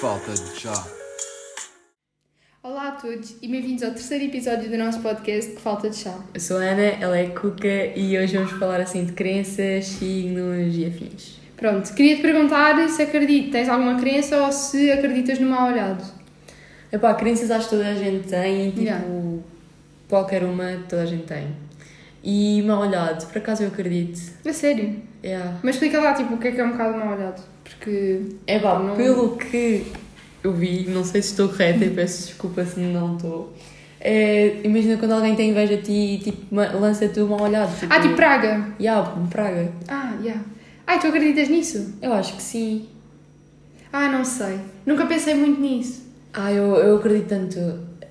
falta de chá. Olá a todos e bem-vindos ao terceiro episódio do nosso podcast que falta de chá. Eu sou a Ana, ela é Cuca e hoje vamos falar assim de crenças, signos e afins. Pronto, queria-te perguntar se acreditas, tens alguma crença ou se acreditas no mal olhado. Epá, crenças acho que toda a gente tem e tipo, Yeah. qualquer uma toda a gente tem. E mal olhado, por acaso eu acredito. A sério. Yeah. Mas explica lá, tipo, o que é que é um bocado mal olhado. Porque... Epá, Não- pelo que eu vi, não sei se estou correta e peço desculpa se não estou. É, imagina quando alguém tem inveja de ti e tipo, ma- lança-te uma olhada. Tipo, Ah, tipo praga. Yeah, um praga. Ah, já. Yeah. Ah, tu acreditas nisso? Eu acho que sim. Ah, não sei. Nunca pensei muito nisso. Ah, eu, eu acredito tanto.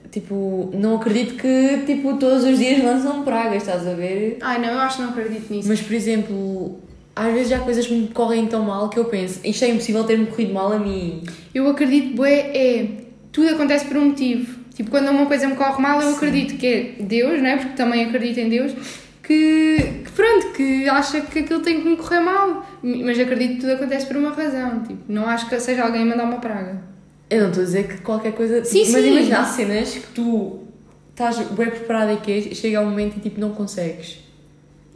Tipo, não acredito que tipo, todos os dias lançam pragas, estás a ver? Ah, não, eu acho que não acredito nisso. Mas, por exemplo, às vezes há coisas que me correm tão mal que eu penso, isto é impossível ter-me corrido mal a mim. Eu acredito, bué, é... Tudo acontece por um motivo. Tipo, quando uma coisa me corre mal, eu acredito que é Deus, né? Porque também acredito em Deus. Que, que pronto, que acha que aquilo tem que me correr mal. Mas acredito que tudo acontece por uma razão. Tipo, não acho que seja alguém a mandar uma praga. Eu não estou a dizer que qualquer coisa. Sim, mas sim. imagina há cenas que tu estás bem preparada e que chega um momento e tipo não consegues.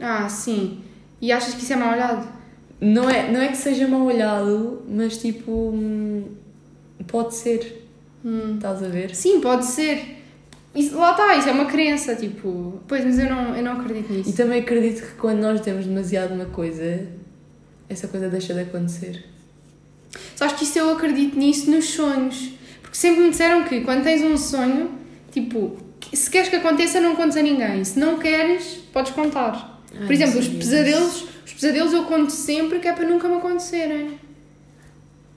Ah, sim. E achas que isso é mal olhado? Não é, não é que seja mal olhado, mas tipo. hum, Pode ser. Hum. Estás a ver? Sim, pode ser. Isso, lá está, isso é uma crença, tipo... Pois, mas eu não, eu não acredito E nisso. também acredito que quando nós temos demasiado uma coisa, essa coisa deixa de acontecer. Só acho que isso eu acredito nisso nos sonhos. Porque sempre me disseram que quando tens um sonho, tipo... que- Se queres que aconteça, não contes a ninguém. Se não queres, podes contar. Ai, Por exemplo, não os sabia pesadelos... Os pesadelos eu conto sempre que é para nunca me acontecerem.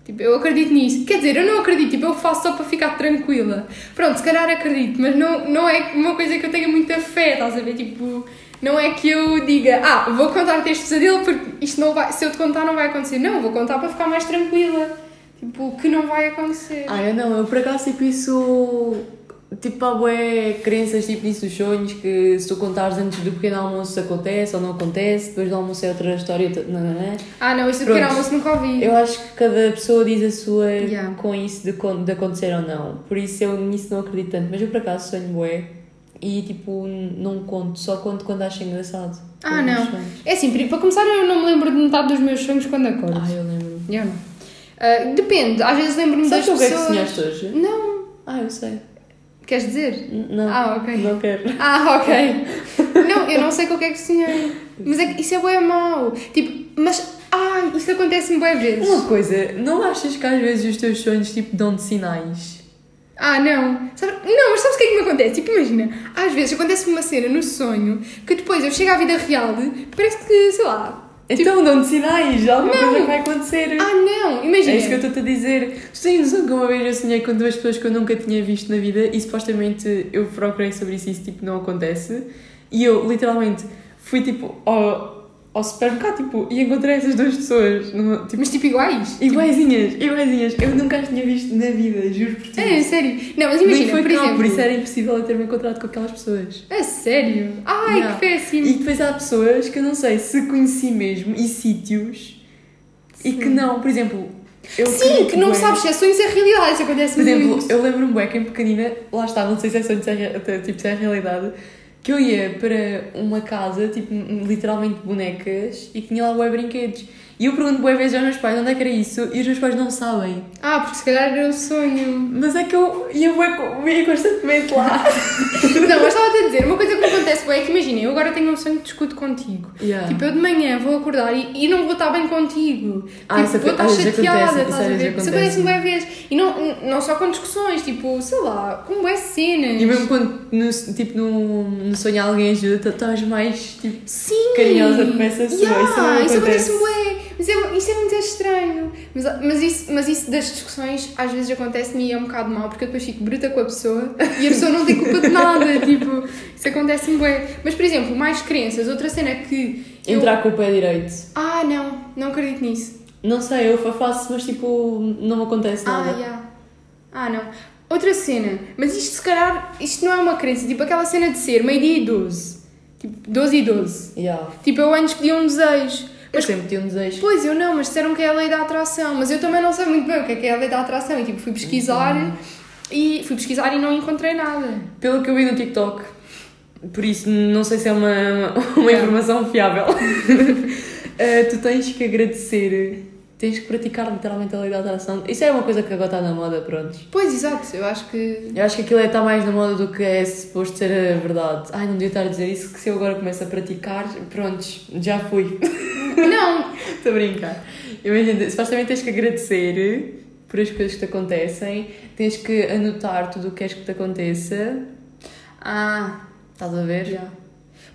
Tipo, eu acredito nisso. Quer dizer, eu não acredito, tipo, eu faço só para ficar tranquila. Pronto, se calhar acredito, mas não, não é uma coisa que eu tenha muita fé, estás a ver? Tipo, não é que eu diga, ah, vou contar-te este pesadelo porque isto não vai, se eu te contar não vai acontecer. Não, vou contar para ficar mais tranquila. Tipo, que não vai acontecer. Ah, eu não, eu por acaso tipo isso. Tipo, há bué crenças tipo nisso dos sonhos que se tu contares antes do pequeno almoço acontece ou não acontece, depois do almoço é outra história. tu- Não, não, não. Ah, não, isso do pequeno Pronto. almoço nunca ouvi. Eu acho que cada pessoa diz a sua Yeah. com isso de, con- de acontecer ou não. Por isso eu nisso não acredito tanto, mas eu por acaso sonho bué e tipo n- não conto, só conto quando acho engraçado. Ah, Os meus não. sonhos. É assim, pri- para começar, eu não me lembro de metade dos meus sonhos quando acordo. Ah, eu lembro. Eu não. Ah, depende, às vezes lembro-me das Sabes o pessoas. que é que sonhaste hoje? Não, Ah, eu sei. queres dizer? N- Não. Ah, ok. Não quero. Ah, ok. Não, eu não sei com o que é que sonhei. Mas é que isso é bué mau. Tipo, mas... Ah, isso acontece-me bué vezes. Uma coisa, não achas que às vezes os teus sonhos tipo dão-te sinais? Ah, não. Sabe- não, mas sabes o que é que me acontece? Tipo, imagina. Às vezes acontece-me uma cena no sonho que depois eu chego à vida real parece que, sei lá... Então dão-te sinais, alguma Não. coisa que vai acontecer. Ah, não. Imagina. é isso que eu estou-te a dizer. Tu tens noção que uma vez eu sonhei com duas pessoas que eu nunca tinha visto na vida e supostamente eu procurei sobre isso e isso tipo não acontece. E eu literalmente fui tipo ao, ao supermercado tipo, e encontrei essas duas pessoas. No, tipo, Mas tipo iguais. iguaizinhas, iguaizinhas. Eu nunca as tinha visto na vida, juro por ti. Tipo, é, sério. Não, mas Nem imagina, foi por por, exemplo... por isso era impossível eu ter-me encontrado com aquelas pessoas. A sério? Ai, Não. que péssimo. E depois há pessoas que eu não sei se conheci mesmo e sítios e que não, por exemplo, eu Sim, acredito que não bué. sabes se é sonho se é realidade. Isso Por acontece exemplo, muito. eu lembro-me bem que em pequenina, lá está, não sei se é sonho, se é, rea- até, tipo, se é realidade, que eu ia para uma casa, tipo, literalmente bonecas, e que tinha lá bué brinquedos. E eu pergunto bué vezes aos meus pais onde é que era isso, e os meus pais não sabem. Ah, porque se calhar era o sonho. Mas é que eu ia, bué co- ia constantemente lá. Não, mas estava-te a dizer, uma coisa que me acontece bué é que imagina, eu agora tenho um sonho que discuto contigo. Yeah. Tipo, eu de manhã vou acordar e, e não vou estar bem contigo. Ah, tipo, isso vou aco- estar às vezes chateada, acontece, estás isso é a às ver? vezes Isso acontece-me bué vezes. E não, não só com discussões, tipo, sei lá, com bué cenas. E mesmo quando no, tipo, no, no sonho alguém ajuda, tu estás mais tipo. Sim! carinhosa começa a ser, isso não isso acontece. acontece-me bué. Mas é, isso é muito estranho. Mas, mas, isso, mas isso das discussões às vezes acontece-me e é um bocado mal, porque eu depois fico bruta com a pessoa e a pessoa não tem culpa de nada. tipo, isso acontece-me bué. Mas, por exemplo, mais crenças. Outra cena é que... eu- Entrar com o pé direito. Ah, não, não acredito nisso. Não sei, eu fa- faço, mas tipo, não me acontece Ah, nada. yeah. ah, não. Outra cena, mas isto se calhar, isto não é uma crença, tipo aquela cena de ser meio-dia e 12. Tipo, 12 e 12. Yeah. Tipo, eu antes pedia um desejo. Eu sempre tinha um desejo. Pois eu não, mas disseram que é a lei da atração, mas eu também não sei muito bem o que é que é a lei da atração. E tipo, fui pesquisar Uhum. e fui pesquisar e não encontrei nada. Pelo que eu vi no TikTok, por isso não sei se é uma, uma informação fiável. Eh, tu tens que agradecer, tens que praticar literalmente a lei da atração. Isso é uma coisa que agora está na moda, pronto. Pois exato, eu acho que. Eu acho que aquilo está mais na moda do que é suposto ser a verdade. Ai, não devia estar a dizer isso, que se eu agora começo a praticar, pronto, já fui. Não! Estou a brincar. Imagina, supostamente tens que agradecer por as coisas que te acontecem, tens que anotar tudo o que queres que te aconteça. Ah, Estás a ver? já.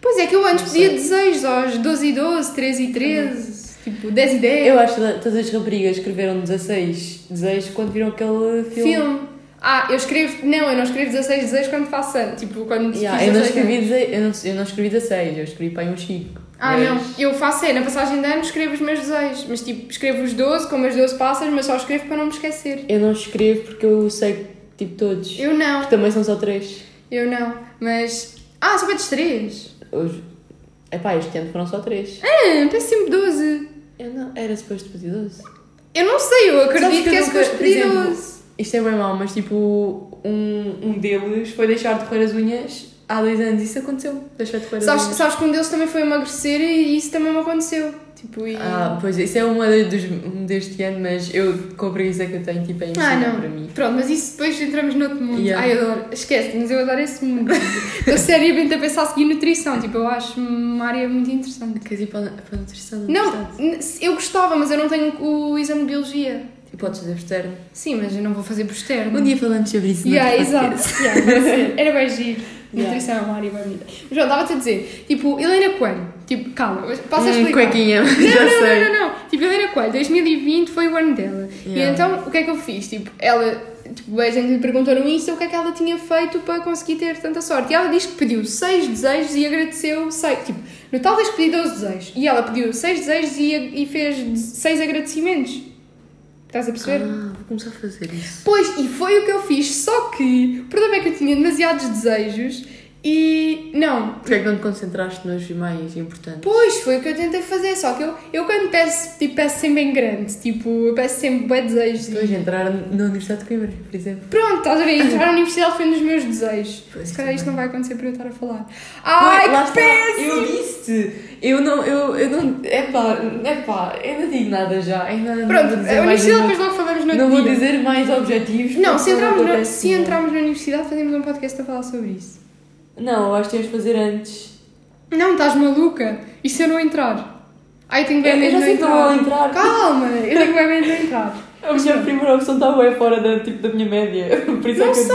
Pois é que eu antes Não pedia sei. desejos aos 12 e 12, 13 e 13, tipo 10 e 10. Eu acho que todas as raparigas escreveram 16 desejos quando viram aquele filme. Filme. Ah, eu escrevo. Não, eu não escrevo 16 desejos quando faço anos. Tipo, quando Yeah, fiz eu, não 16 escrevi, deze- eu, não, eu não escrevi 16, eu escrevi para aí um Chico. Ah, Mas- não. Eu faço é, na passagem de ano escrevo os meus desejos. Mas tipo, escrevo os 12, como as 12 passas, mas só escrevo para não me esquecer. Eu não escrevo porque eu sei, tipo, todos. Eu não, Porque também são só 3. eu não. Mas. Ah, só metes 3. Hoje... Epá, este ano foram só 3. Ah, peço sempre 12. Eu não... Era suposto pedir 12. Eu não sei, eu acredito Sabes que, é que eu nunca- suposto por pedir exemplo, 12. Isto é bem mau, mas tipo, um, um deles foi deixar de correr as unhas há dois anos. Isso aconteceu, deixar de correr as Sabes, unhas. sabes que um deles também foi emagrecer e isso também me aconteceu. Tipo, e. Ah, pois, isso é uma dos, um deste ano, mas eu com a preguiça que eu tenho, tipo, é Ah, impossível não. para mim. Pronto, mas isso depois entramos noutro mundo. Yeah. Ai, eu adoro. Esquece, mas eu adoro esse mundo. Estou seriamente a pensar a seguir nutrição. Tipo, eu acho uma área muito interessante. Queres ir para, para a nutrição? Não, Não! n- se- eu gostava, mas eu não tenho o exame de biologia. E podes fazer externo. Sim, mas eu não vou fazer por externo. Um dia falamos sobre isso. no Yeah, outro exato. podcast. Yeah, pode ser. Era bem giro. Yeah. Nutrição é uma área bem bonita. Mas João, estava-te a dizer, tipo, Helena Coelho, tipo, calma, mas passa a Hum, explicar. cuequinha, Não, já não, sei. não, não, não. Tipo, Helena Coelho, 2020 foi o ano dela. E Yeah. então, o que é que eu fiz? Tipo, ela, tipo, a gente lhe perguntou no Insta o que é que ela tinha feito para conseguir ter tanta sorte. E ela diz que pediu seis desejos e agradeceu seis. Tipo, no tal diz que pediu 12 desejos. E ela pediu seis desejos e, e fez seis agradecimentos. Estás a perceber? Ah, vou começar a fazer isso. Pois, e foi o que eu fiz, só que o problema é que eu tinha demasiados desejos e. Não. Porquê é que não te concentraste nos mais importantes? Pois, foi o que eu tentei fazer, só que eu, eu quando peço, tipo, peço sempre em grande, tipo, eu peço sempre bem desejos. Depois E... de entrar na Universidade de Coimbra, por exemplo. Pronto, estás a ver? Entrar na universidade foi um dos meus desejos. Pois, é, Se calhar isto não também. vai acontecer para eu estar a falar. Ai, Lá que está. péssimo! Eu disse-te! Eu não, eu, eu não. Epá, epá, eu não digo nada já. Ainda não Pronto, vou dizer a mais universidade depois nenhum. logo falamos no outro Não vou dia. dizer mais objetivos. Não, porque se entrarmos, eu não na, tô se péssima. entrarmos na universidade fazemos um podcast a falar sobre isso. Não, eu acho que temos de fazer antes. Não, estás maluca? E se eu não entrar? Ai, tenho bem Eu, eu medo já de sei que não entrar. vou entrar. Calma, eu tenho bem medo de entrar. A minha primeira opção está bem fora da, tipo, da minha média. Por isso é Não que eu digo.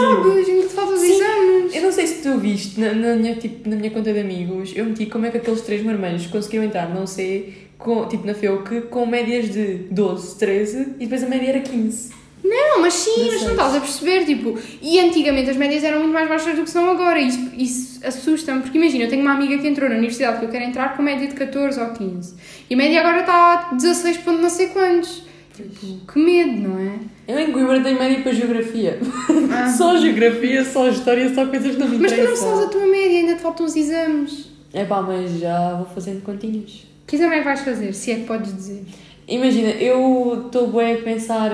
sabes, ainda te faltam os Sim. exames. Eu não sei se tu viste, na, na minha, tipo, na minha conta de amigos, eu meti como é que aqueles três marmanjos conseguiram entrar, não sei, com, tipo na FEUC, com médias de 12, 13 e depois a média era 15. Não, mas sim, Não mas não sei. estás a perceber, tipo... E antigamente as médias eram muito mais baixas do que são agora. e Isso, isso assusta-me, porque imagina, eu tenho uma amiga que entrou na universidade que eu quero entrar com média de 14 ou 15. E a média agora está a 16 ponto não sei quantos. Tipo, que medo, não é? Eu em Coimbra tenho média para geografia. Ah. Só geografia, só história, só coisas que não me Mas tu não sabes a interessam. tua média, ainda te faltam os exames. É pá, mas já vou fazendo continhos. Que exame é que vais fazer, se é que podes dizer? Imagina, eu estou bué a pensar,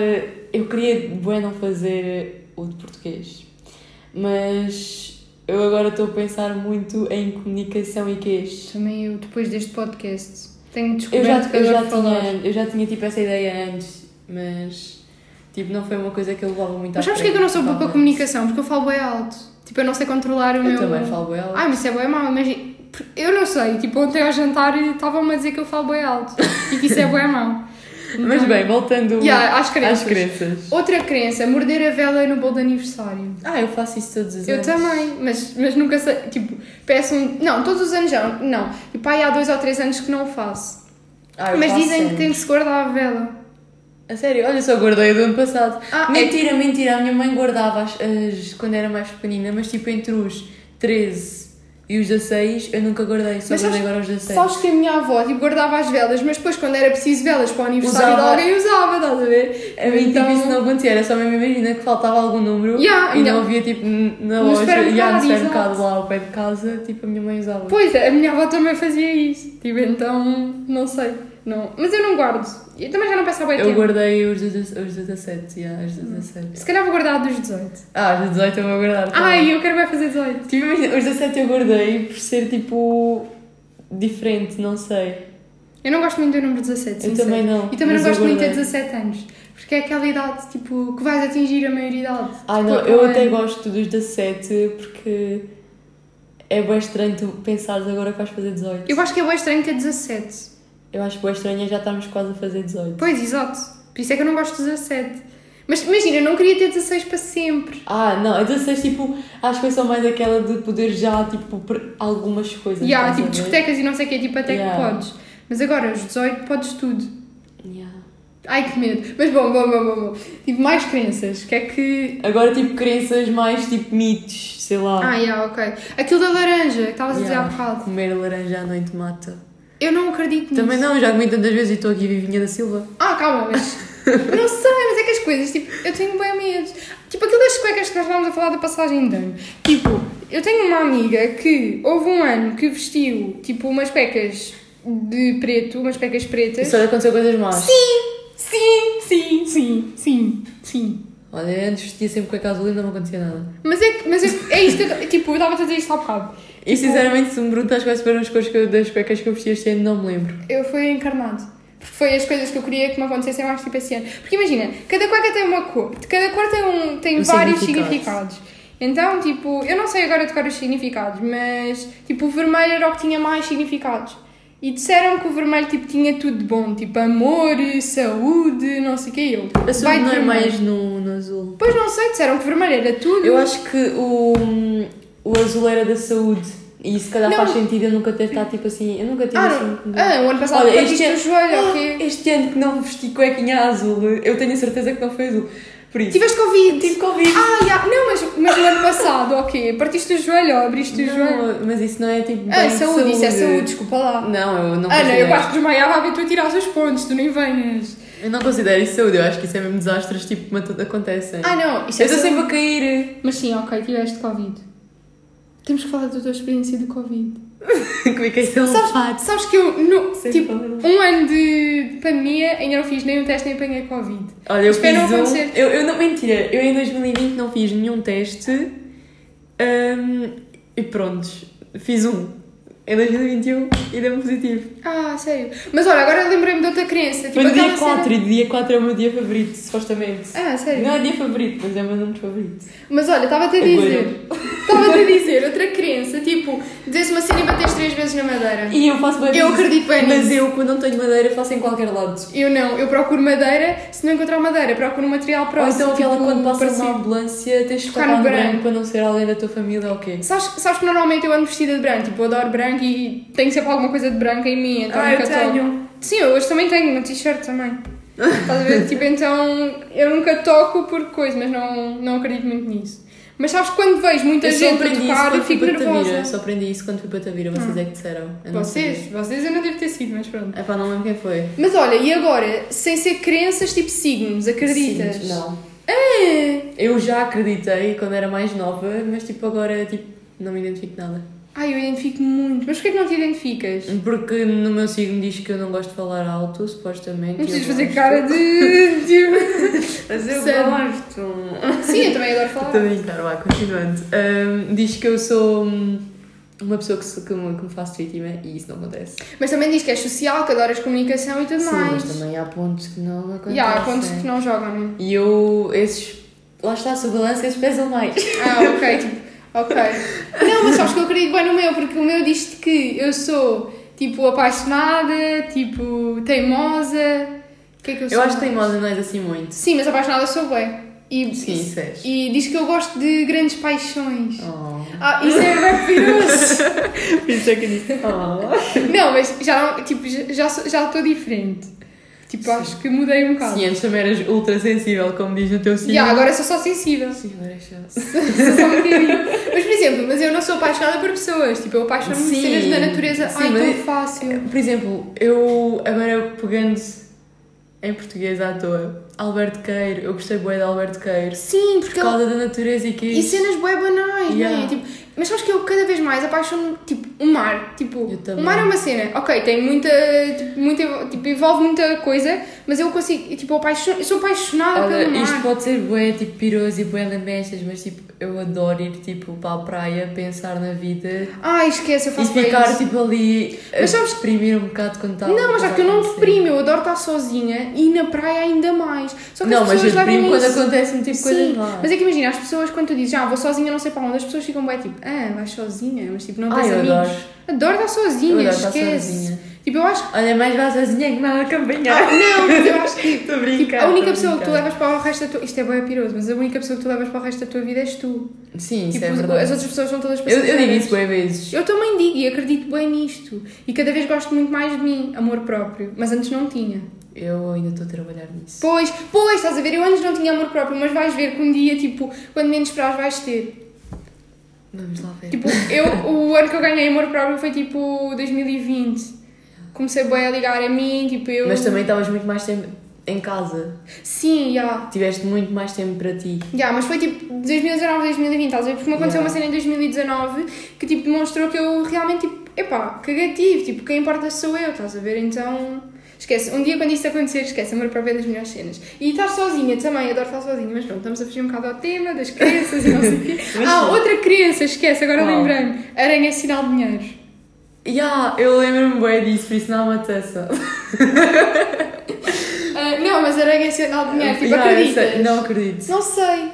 eu queria bué não fazer o de português, mas eu agora estou a pensar muito em comunicação e queixo. Também eu, depois deste podcast, tenho Eu já, descoberto que eu, já adoro falar. tinha, eu já tinha tipo essa ideia antes, mas tipo, não foi uma coisa que eu levava muito à Mas sabes porquê que eu não sou boa para frente, comunicação? Porque eu falo bem alto. Tipo, eu não sei controlar o totalmente. meu. Eu também falo ela. Ai, mas isso é bem mau, imagina. Eu não sei, tipo, ontem ao jantar estavam-me a dizer que eu falo bem alto e que isso é bem mau. mas bem, voltando Yeah, às crenças. às crenças. Outra crença, morder a vela no bolo de aniversário. Ah, eu faço isso todos os Eu anos. também, mas, mas nunca sei, tipo, peço um... Não, todos os anos já, não. E pá, há dois ou três anos que não o faço. Ah, eu mas faço dizem que sempre. tem que se guardar a vela. A sério, olha, só guardei do ano passado. Ah, mentira, mentira, a minha mãe guardava as, as- quando era mais pequenina, mas tipo entre os 13 e os 16 eu nunca guardei, só Mas guardei sabes- agora os 16. Sabes que a minha avó tipo, guardava as velas, mas depois quando era preciso velas para o aniversário Usava. de alguém usava, estás a ver? A mim, tipo, isso não acontecia, era só mesmo imagina que faltava algum número Então- Yeah, e yeah. não havia, tipo, n- na No loja, supermercado, yeah, no exato. supermercado lá ao pé de casa, tipo, a minha mãe usava. Pois, a minha avó também fazia isso. Tipo, então, não sei. Não. Mas eu não guardo. Eu também já não peço há bem Eu tempo. guardei os, 17 os 17, yeah, Hum. os 17. Se calhar vou guardar dos 18. Ah, os 18 eu vou guardar. tá bem. Ai, eu quero vai fazer 18. Tipo, imagina, os 17 eu guardei por ser tipo. diferente, não sei. Eu não gosto muito do número 17, Eu sincero. também não. E também mas não eu gosto muito é guardei. 17 anos. Porque é aquela idade, tipo, que vais atingir a maioridade. Ah, não, Tipo, eu ao até ano. gosto dos 17 porque. é bem estranho tu pensares agora que vais fazer 18. Eu acho que é bem estranho ter 17. Eu acho que bem estranho é já estarmos quase a fazer 18. Pois, exato. Por isso é que eu não gosto de 17. Mas imagina, eu não queria ter 16 para sempre. Ah, não, a 16, tipo, acho que é só mais aquela de poder já, tipo, por algumas coisas. E há, estás tipo, a ver? discotecas e não sei o quê, tipo, até Yeah. que podes. Mas agora, os 18, podes tudo. Yeah. Ai, que medo. Mas bom, bom, bom, bom. bom. Tipo, mais crenças. Que é que... Agora, tipo, crenças mais, tipo, mitos, sei lá. Ah, yeah, ok. Aquilo da laranja, que estavas a Yeah. dizer há bocado. Comer laranja à noite mata. Eu não acredito Também nisso. não, já comi tantas vezes e estou aqui vivinha da Silva. Ah, calma, mas... não sei, mas é que as coisas, tipo, eu tenho bem medo. Tipo, aquilo das cuecas que nós estávamos a falar da passagem de ano. Tipo, eu tenho uma amiga que houve um ano que vestiu, tipo, umas cuecas de preto, umas cuecas pretas. Isso é- já aconteceu coisas más. Sim, sim, sim, sim, sim, sim. Olha, antes vestia sempre cueca azul e não me acontecia nada. Mas é que, mas é, que- é isto que eu, tipo, eu estava a dizer isto há bocado. E sinceramente, se me perguntas quais foram as cores que eu- das cuecas que eu vestia este ano, não me lembro. Eu fui encarnado. Porque foi as coisas que eu queria que me acontecessem mais tipo esse ano. Porque imagina, cada cueca tem uma cor, cada cor tem, um, tem Um vários significado. significados. Então, tipo, eu não sei agora decorar os significados, mas tipo, o vermelho era o que tinha mais significados. E disseram que o vermelho tipo, tinha tudo de bom, tipo amor, saúde, não sei o que eu. Assumo vai né? de não é vermelho. mais no, no azul. Pois não sei, disseram que vermelho era tudo. Eu acho que o, o azul era da saúde. E se calhar Não. faz sentido eu nunca ter estado tipo assim. Eu nunca tive Ah, assim. não. ah, o ano passado Olha, Olha, este viste ano- o joelho, Ah, ok. Este ano que não vesti cuequinha azul, eu tenho a certeza que não foi azul. Por isso. Tiveste Covid. Tive Covid. Ah, já. não, mas, mas no ano passado, ok. Partiste o joelho ou abriste o joelho? Não, mas isso não é tipo. Ah, bem saúde, isso é saúde, é. desculpa lá. Não, eu não Ana, considero. eu quase que desmaiava a ver tu a tirar os pontos, tu nem venhas. Eu não considero isso saúde, eu acho que isso é mesmo desastres tipo que matu- acontecem. Ah, não, isso é eu saúde. estou sempre a cair. Mas sim, ok, tiveste Covid. Temos que falar da tua experiência de Covid. Como é que é isso? Sabes, sabes que eu, no, Sem tipo, falar. um ano de pandemia ainda não fiz nenhum teste nem apanhei Covid. Olha, eu Espero não fiz um. acontecer. Eu, eu não, mentira, eu em 2020 não fiz nenhum teste. Hum, e pronto, fiz um. Em 2021 e deu positivo. Ah, sério. Mas olha, agora lembrei-me de outra criança. Tipo, Foi no aquela dia cena- 4 e dia 4 é o meu dia favorito, supostamente. Ah, sério. Não é dia favorito, mas é o meu número favorito. Mas olha, estava-te a É dizer. Estava-te a dizer, outra criança, tipo, dizer uma cena e bateres três vezes na madeira. E eu faço bem Eu nisso. acredito bem Mas nisso. eu, quando não tenho madeira, faço em qualquer lado. Eu não, eu procuro madeira, se não encontrar madeira, procuro um material Ou próximo. então aquela tipo, quando passa parecido. uma ambulância, tens de Ficar ficar no no branco. branco para não ser alguém da tua família ou quê? Sabes, sabes que normalmente eu ando vestida de branco, tipo, eu adoro branco e tenho sempre alguma coisa de branco em mim, Ah, então nunca toco. Sim, eu hoje também tenho, uma t-shirt também. Estás a ver? Tipo, então eu nunca toco por coisa, mas não, não acredito muito nisso. Mas sabes, quando vejo muita Eu só gente a aprendi isso tocar, eu quando tipo, fui fico para Tavira. Eu nervosa. Hum. só aprendi isso quando fui para Tavira, vocês é que disseram. Eu não Vocês, sabia. vocês eu não devo ter sido, mas pronto. Epá, É não lembro quem foi. Mas olha, e agora, sem ser crenças, tipo signos, acreditas? Sim, não. Ah! Eu já acreditei quando era mais nova, mas tipo agora tipo, não me identifico nada. Ai, eu identifico muito. Mas porquê que não te identificas? Porque no meu signo diz que eu não gosto de falar alto, supostamente. Não precisas eu fazer gosto. cara de. de- Mas eu Sério? gosto. Sim, eu também adoro falar. Estou a brincar, vá, continuando. Ahm, diz que eu sou hum, uma pessoa que, sou- que, me, que me faço vítima e isso não acontece. Mas também diz que és social, que adoras comunicação e tudo Sim, mais. mas também há pontos que não acontecem. E há pontos que não jogam, não é? E eu, esses. Lá está, se o balanço, esses pesam mais. Ah, ok. tipo, ok. Não, mas sabes que eu acredito bem no meu, porque o meu diz-te que eu sou, tipo, apaixonada, tipo, teimosa. O que é que eu sou? Eu acho que mais? teimosa não és assim muito. Sim, mas apaixonada sou bem. E, Sim, isso és. E diz que eu gosto de grandes paixões. Oh. Ah, isso é bem perigoso. é Pensei que disse. Oh. não, mas já não, tipo, já- já sou- já estou diferente. Tipo, acho que mudei um bocado. Sim, é. antes também eras ultra sensível, como diz no teu signo. E ah, agora sou só sensível. Sim, agora é chato. Sou só um bocadinho. Mas, por exemplo, mas eu não sou apaixonada por pessoas. Tipo, eu apaixono-me por Sim. cenas da natureza. Sim, Ai, mas- tão fácil. Por exemplo, eu agora pegando em português à toa, Alberto Queiro, eu gostei bué de Alberto Queiro. Sim, porque... Por causa da natureza e que E cenas bué banais, Yeah. não é? Tipo, Mas sabes que eu cada vez mais apaixono-me, tipo, o mar. Tipo, Eu o também. mar é uma cena, ok, tem muita, tipo, muita, tipo, envolve muita coisa, mas eu consigo, eu, tipo, apaixon... eu sou apaixonada Olha, pelo mar. isto pode ser bué, tipo, piroso e bué lamechas, mas tipo, eu adoro ir, tipo, para a praia, pensar na vida Ai, esquece, eu e faço bem ficar, isso. tipo, ali Mas a sabes- deprimir um bocado quando está Não, mas é que eu não deprimo, eu adoro estar sozinha e na praia ainda mais. Só que Não, as mas pessoas eu levam deprimo quando isso. acontecem, tipo, coisas Sim, lá. mas é que imagina, as pessoas quando tu dizes, ah, vou sozinha não sei para onde, as pessoas ficam bem tipo, ah, vais sozinha, mas tipo, não Ai, tens eu amigos. adoro. Adoro estar Eu sozinha, adoro estar esquece. sozinha. Tipo, eu acho que. Olha, mais vá sozinha que mal acompanhar. Não, mas eu acho que. Estou a Tipo, brincar. a única tô pessoa que tu brincar. levas para o resto da tua. Isto é bem piroso, mas a única pessoa que tu levas para o resto da tua vida és tu. Sim, isso tipo, é as verdade. outras pessoas são todas Eu, eu digo passageiras. isso bem vezes. Eu também digo e acredito bem nisto. E cada vez gosto muito mais de mim, amor próprio. Mas antes não tinha. Eu ainda estou a trabalhar nisso. Pois, pois, estás a ver? Eu antes não tinha amor próprio, mas vais ver que um dia, tipo, quando menos esperares, vais ter. Vamos lá ver. Tipo, eu, o ano que eu ganhei amor próprio foi tipo 2020. Comecei bem a ligar a mim, tipo, eu. Mas também estavas muito mais tempo em casa. Sim, já. Tiveste muito mais tempo para ti. Já, mas foi tipo 2019, 2020, estás a ver? Porque me aconteceu Ya. uma cena em 2019 que tipo demonstrou que eu realmente, tipo, epá, cagativo, tipo, quem importa sou eu, estás a ver? Então, esquece, um dia quando isto acontecer, esquece, amor próprio é das melhores cenas. E estar sozinha também, adoro estar sozinha, mas pronto, estamos a fugir um bocado ao tema das crenças e não sei o quê. Mas ah, sim. outra crença, esquece, agora Qual? lembrei-me, aranha é sinal de dinheiro. Ya, eu lembro-me bem disso, por isso não há uma taça. Ah, não, mas aranha é sinal de dinheiro, tipo, Ya, eu acreditas? sei, não acredito. Não sei.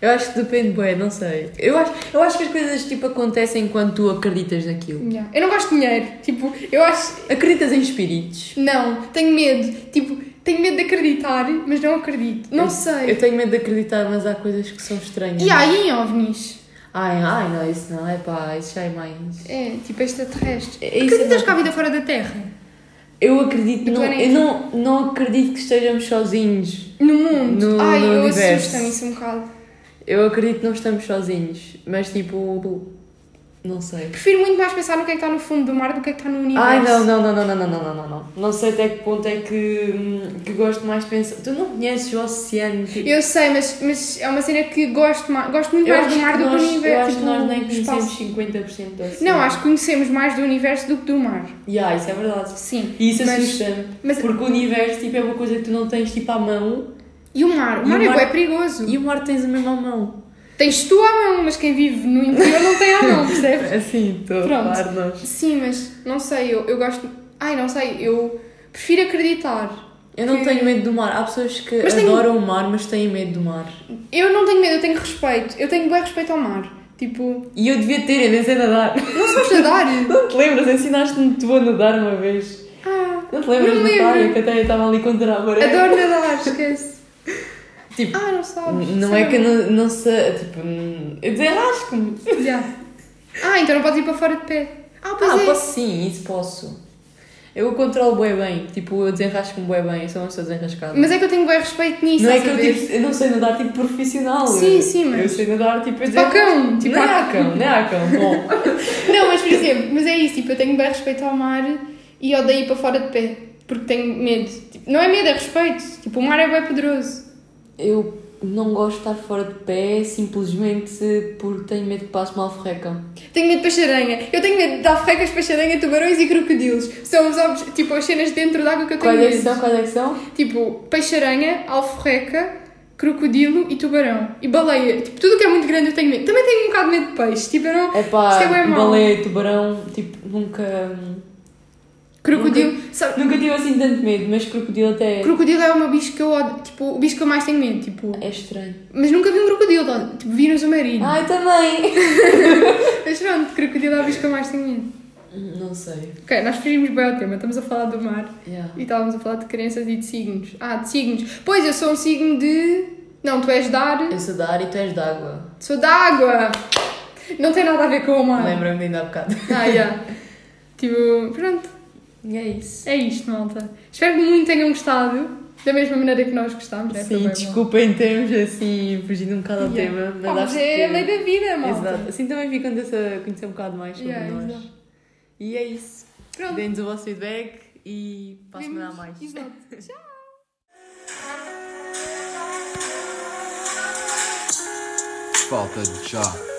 Eu acho que depende bem, não sei. Eu acho, eu acho que as coisas tipo acontecem quando tu acreditas naquilo. Ya. Eu não gosto de dinheiro, tipo, eu acho, Acreditas em espíritos? Não, tenho medo. Tipo, tenho medo de acreditar, mas não acredito. Não Eu- sei. Eu tenho medo de acreditar, mas há coisas que são estranhas. E há aí em ovnis? Ai, ai, não, isso não, é pá, isso já é mais. É, tipo extraterrestres. É isso Acreditas mesmo. que há vida fora da Terra? Eu acredito, Do não, eu planeta. não, não acredito que estejamos sozinhos. No mundo? No- Ai, no eu universo. assusta-me isso um bocado. Eu acredito que não estamos sozinhos, mas tipo. Não sei. Prefiro muito mais pensar no que é que está no fundo do mar do que é que está no universo. Ai, não, não, não, não, não, não, não, não, não, não. Não sei até que ponto é que, hum, que gosto mais de pensar. Tu não conheces o oceano? Tipo, Eu sei, mas, mas é uma cena que gosto, ma- gosto muito eu mais acho do mar que do que nós- do universo. Eu acho que tipo, nós nem do conhecemos espaço. 50% do oceano. Não, acho que conhecemos mais do universo do que do mar. Yeah, isso é verdade. Sim. E isso Mas- assusta-me. Mas, Porque o universo tipo, é uma coisa que tu não tens tipo à mão e o mar? O E mar o é mar- bué perigoso. e o mar tens a mesmo à mão. Tens tu à mão, mas quem vive no interior não tem à mão, percebes? Assim, estou Pronto. a falar nós. Sim, mas não sei, eu, eu gosto. Ai, não sei, eu prefiro acreditar. Eu não Que- tenho medo do mar. Há pessoas que Mas tenho- adoram o mar, mas têm medo do mar. Eu não tenho medo, eu tenho respeito. Eu tenho bem respeito ao mar. Tipo, E eu devia ter, eu nem sei nadar. não sabes nadar? Não te lembras? Ensinaste-me tu a nadar uma vez. Ah, Não te lembras Não da lembro. praia que até eu estava ali contra a maré? adoro nadar, esquece. Tipo, Ah, não sabes. n- não é que eu não, não sei. Tipo, n- eu desenrasco-me. não. Já. Ah, então não podes ir para fora de pé. Ah, pois Ah, é. posso sim, isso posso. Eu controlo bem bem. Tipo, eu desenrasco-me bem bem. Eu sou uma pessoa desenrascada. Mas é que eu tenho bem respeito nisso, não é que estás eu, a ver? tipo, eu não sei nadar tipo profissional. Sim, Eu- sim, mas- Eu sei nadar tipo. eu Tipo, ao cão, desenrasco-me. tipo, não é ao- a cão, não é a cão. Bom, tipo- Não, mas por exemplo, mas é isso, tipo, eu tenho bem respeito ao mar e odeio ir para fora de pé. Porque tenho medo. Tipo, não é medo, é respeito. Tipo, o mar é bem poderoso. eu não gosto de estar fora de pé simplesmente porque tenho medo que passe mal ferrecão. Tenho medo de peixe-aranha. Eu tenho medo de alfecas, peixe-aranha, tubarões e crocodilos. São os obje- tipo, as cenas dentro d'água que eu tenho Quais é que medo. são? Quais é que são? Tipo, peixe-aranha, alforreca, crocodilo e tubarão. E baleia. Tipo, tudo o que é muito grande eu tenho medo. Também tenho um bocado de medo de peixe. Tipo, eu não... É pá, Isto é bué mau. baleia, tubarão, tipo, nunca. Crocodilo... Sabe? Nunca tive assim tanto medo, mas crocodilo até é- Crocodilo é o meu bicho que eu odeio. Tipo, o bicho que eu mais tenho medo. Tipo... é estranho. Mas nunca vi um crocodilo. tá? Tipo, vi no submarino. Ai, também! Mas pronto, crocodilo é o bicho que eu mais tenho medo. Não sei. Ok, nós fugimos bem ao tema. Estamos a falar do mar. Yeah. E estávamos a falar de crenças e de signos. Ah, de signos. Pois, eu sou um signo de. Não, tu és de ar. Eu sou da área e tu és da água. Sou de água! Não tem nada a ver com o mar. Lembra-me de ainda há bocado. Ah, yeah. Tipo, pronto. E é isso. É isto, malta. Espero que muito tenham gostado. Da mesma maneira que nós gostámos. né? Foi Sim, bem bom. desculpem termos assim, fugindo um bocado ao Yeah. tema, mas Pá, acho mas que. é a lei da vida, malta. Exato. Assim também ficam a conhecer um bocado mais sobre Yeah, nós. exato. E é isso. Pronto. Deem-nos o vosso feedback e para a semana há Vemos- mais. Exato. Tchau. Falta de chá.